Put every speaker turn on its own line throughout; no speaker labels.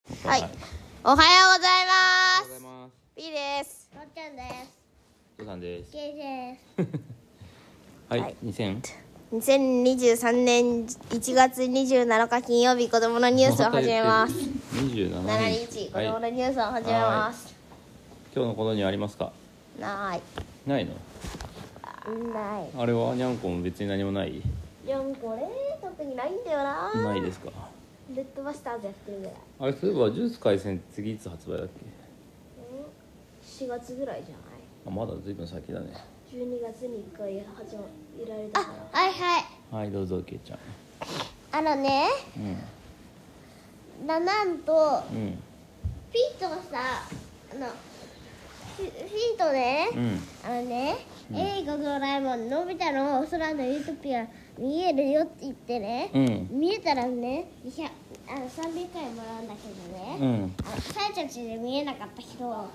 ありがとご
はいおはようございうま
ざい
す
ます。
P です
とっちゃんです。
父さんです。
けいです。
はい、二千。
2023年1月27日金曜日子供のニュースを始めます。
二十七
7日子
はい。
供
今
のニュースを始めます
日のことにはありますか。
ない
ないの。
ない
あれはにゃんこも別に何もない。
でもこれ特にないんだよな
ないですか。
レッドバスターズやってるぐらい
あれそういえばジュース回線次いつ発売だっけ。
4月ぐらいじゃない
あまだずいぶん先だね。
12月に1回始まいられ
あ
たから、
はいはい。
はいどうぞけいちゃん。
あのね、
う
ななんと
んうん
ピートがさ、あのピピートね、
うん。
あのね、映画ドラえもんのび太の空のユートピア見えるよって言ってね、
うん
見えたらね、200あの三百円もらうんだけどね。
うん
あのさやちゃんちで見えなかったけど、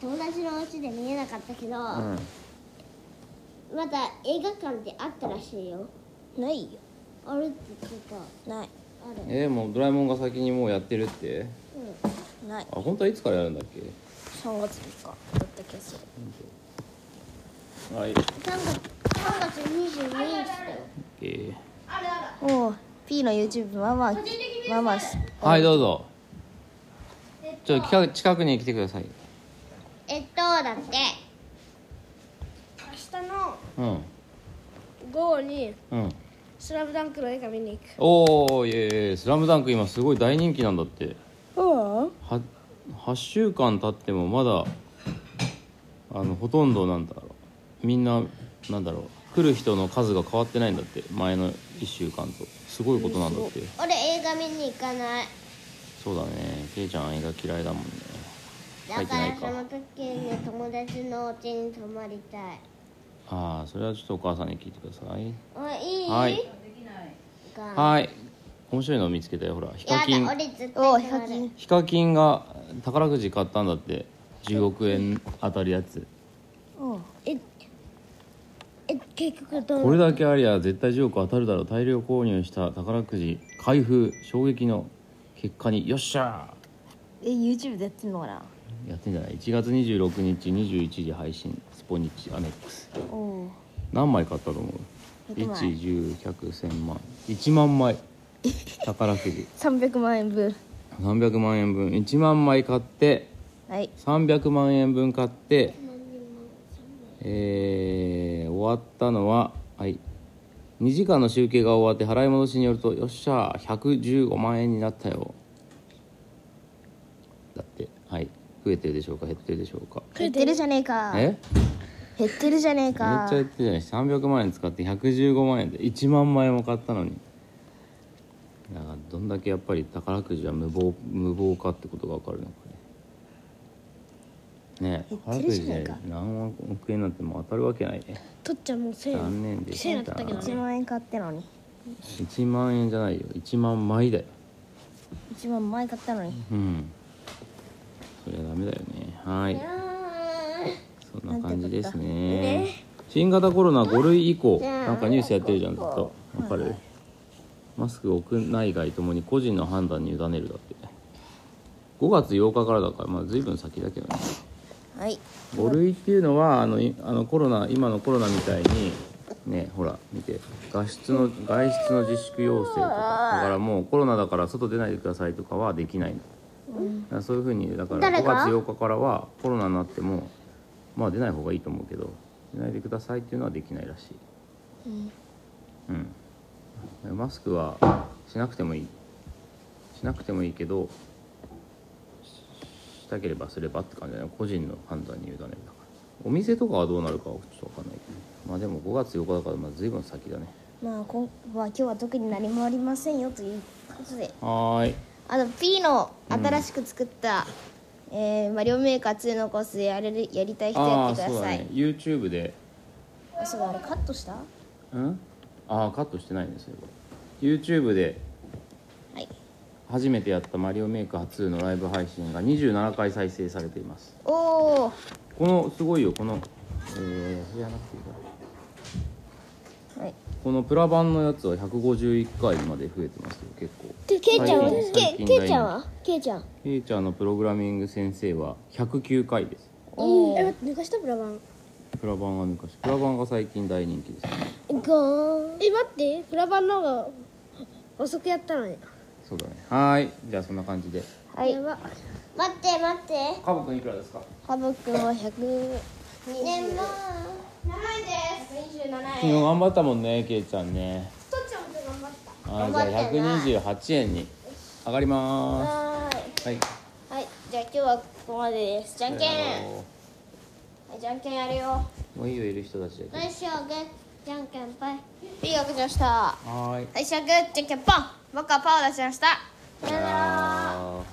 友達のお家で見えなかったけど、
うん
まだ映画館であったらしいよ
ないよ
あるって言ってた
ない
ある
えー、もうドラえもんが先にもうやってるって
うん
ない
あ本当はいつからやるんだっけ
3月3日だった気がする
はい
3月3月22日だよ
えー、
おお P の YouTube ママママし
はいどうぞちょ近く近くに来てください
えっとだって
明日の
うん
午後に
うん
「スラムダンクの映画見に行く
おおいえいえ「スラムダンク今すごい大人気なんだって
うん
は8週間経ってもまだあのほとんどなんだろうみんななんだろう来る人の数が変わってないんだって前の1週間とすごいことなんだって
俺映画見に行かない
そうだねけいちゃん映画嫌いだもんね
だか
入
ら
ってな
そ
いか
の時に友達のお家に泊まりたい
ああそれはちょっとお母さんに聞いてください
おいい
はい
か
はい面白いのを見つけたよほらヒカ
やだ
キン
俺絶対
おお
泊
ヒカ
ま
キ
る
ン
ヒカキンが宝くじ買ったんだって10億円当たるやつ
うん
ええ結局ど
これだけありゃ絶対10億当たるだろう大量購入した宝くじ開封衝撃の結果によっしゃ
え YouTube でやってんのかな
ーやってんじゃない1月26日21時配信スポニチアネックス
おお
何枚買ったと思う
100枚
?1101001000 万1万枚宝くじ
300万円分
300万円分1万枚買って
はい
300万円分買ってえー、終わったのははい2時間の集計が終わって払い戻しによるとよっしゃー115万円になったよだってはい増えてるでしょうか減ってるでしょうか
減ってるじゃねえか
えめっ
減ってるじゃねえ
ちゃ
か
減ってるじゃない300万円使って115万円で1万枚も買ったのにだからどんだけやっぱり宝くじは無謀無謀かってことが分かるねこれねえ
減って
宝
る
く
じ
じ
ゃない
で
か
何億円なんてもう当たるわけないね
とっちゃんもうせ円
残念で
1000
し
円だ
た
ったけど
1万円買ったのに
1万円じゃないよ1万枚だよ
1万枚買ったのに
うんそりゃダメだよねはいそんな感じですね新型コロナ5類以降なんかニュースやってるじゃんずっとわかるマスク屋内外ともに個人の判断に委ねるだって5月8日からだからまあ随分先だけどね
はい
5類っていうのはあのいあのコロナ今のコロナみたいにねほら見て外出の外出の自粛要請とかだからもうコロナだから外出ないでくださいとかはできない、だからそういうふうにだから5月8日からはコロナになってもまあ出ない方がいいと思うけど出ないでくださいっていうのはできないらしいうん、マスクはしなくてもいいしなくてもいいけどししたければすればって感じだよね個人の判断に委ねるだからお店とかはどうなるかはちょっと分かんないけどねまあでも5月8日だからまあ随分先だね
まあ今まあ今日は特に何もありませんよということで
はーい
あと P の新しく作った、えーマリオメーカー2のコースでやれるやりたい人や
あ
っ
あ
てく
そ
だ
うだ
さい
ね YouTube で
あそうだあれカットしたは
うんああカットしてないんですよ YouTube で
い
初めてやった「マリオメーカー2」のライブ配信が27回再生されています
おお
このすごいよこのえー、それやらなくていいか
はい
ここのプラ版のやつは151回まで増えてますよ結構
でケイちゃんは
最近最
ケ
近だ
ケイ
い
ち
ぶ
ゃんはケイちゃん
ケイちゃんのプログラミング先生は109回です
お
え
ー
待って抜かしたブラバン
プラ版は昔プラ版が最近大人気ですね
ゴーン
え待ってプラバンの方が遅くやったのに
そうだねはーいじゃあそんな感じで
はい
やば
待って待って
カブくんいくらですか
カブ君は100
ねえま
昨日頑張ったもんねケイちゃんねあーじゃあ128円に上がりま
は
ーすはい
いはいじゃあ今日はここまでですじゃんけんはいじゃんけんやるよ
もういいよいる人たちだ
あ
け
来週はゲじゃんけんぽい
ピーが勝ちました
はーい
最初はグーじゃんけんポン僕はパーを出しました
さよなら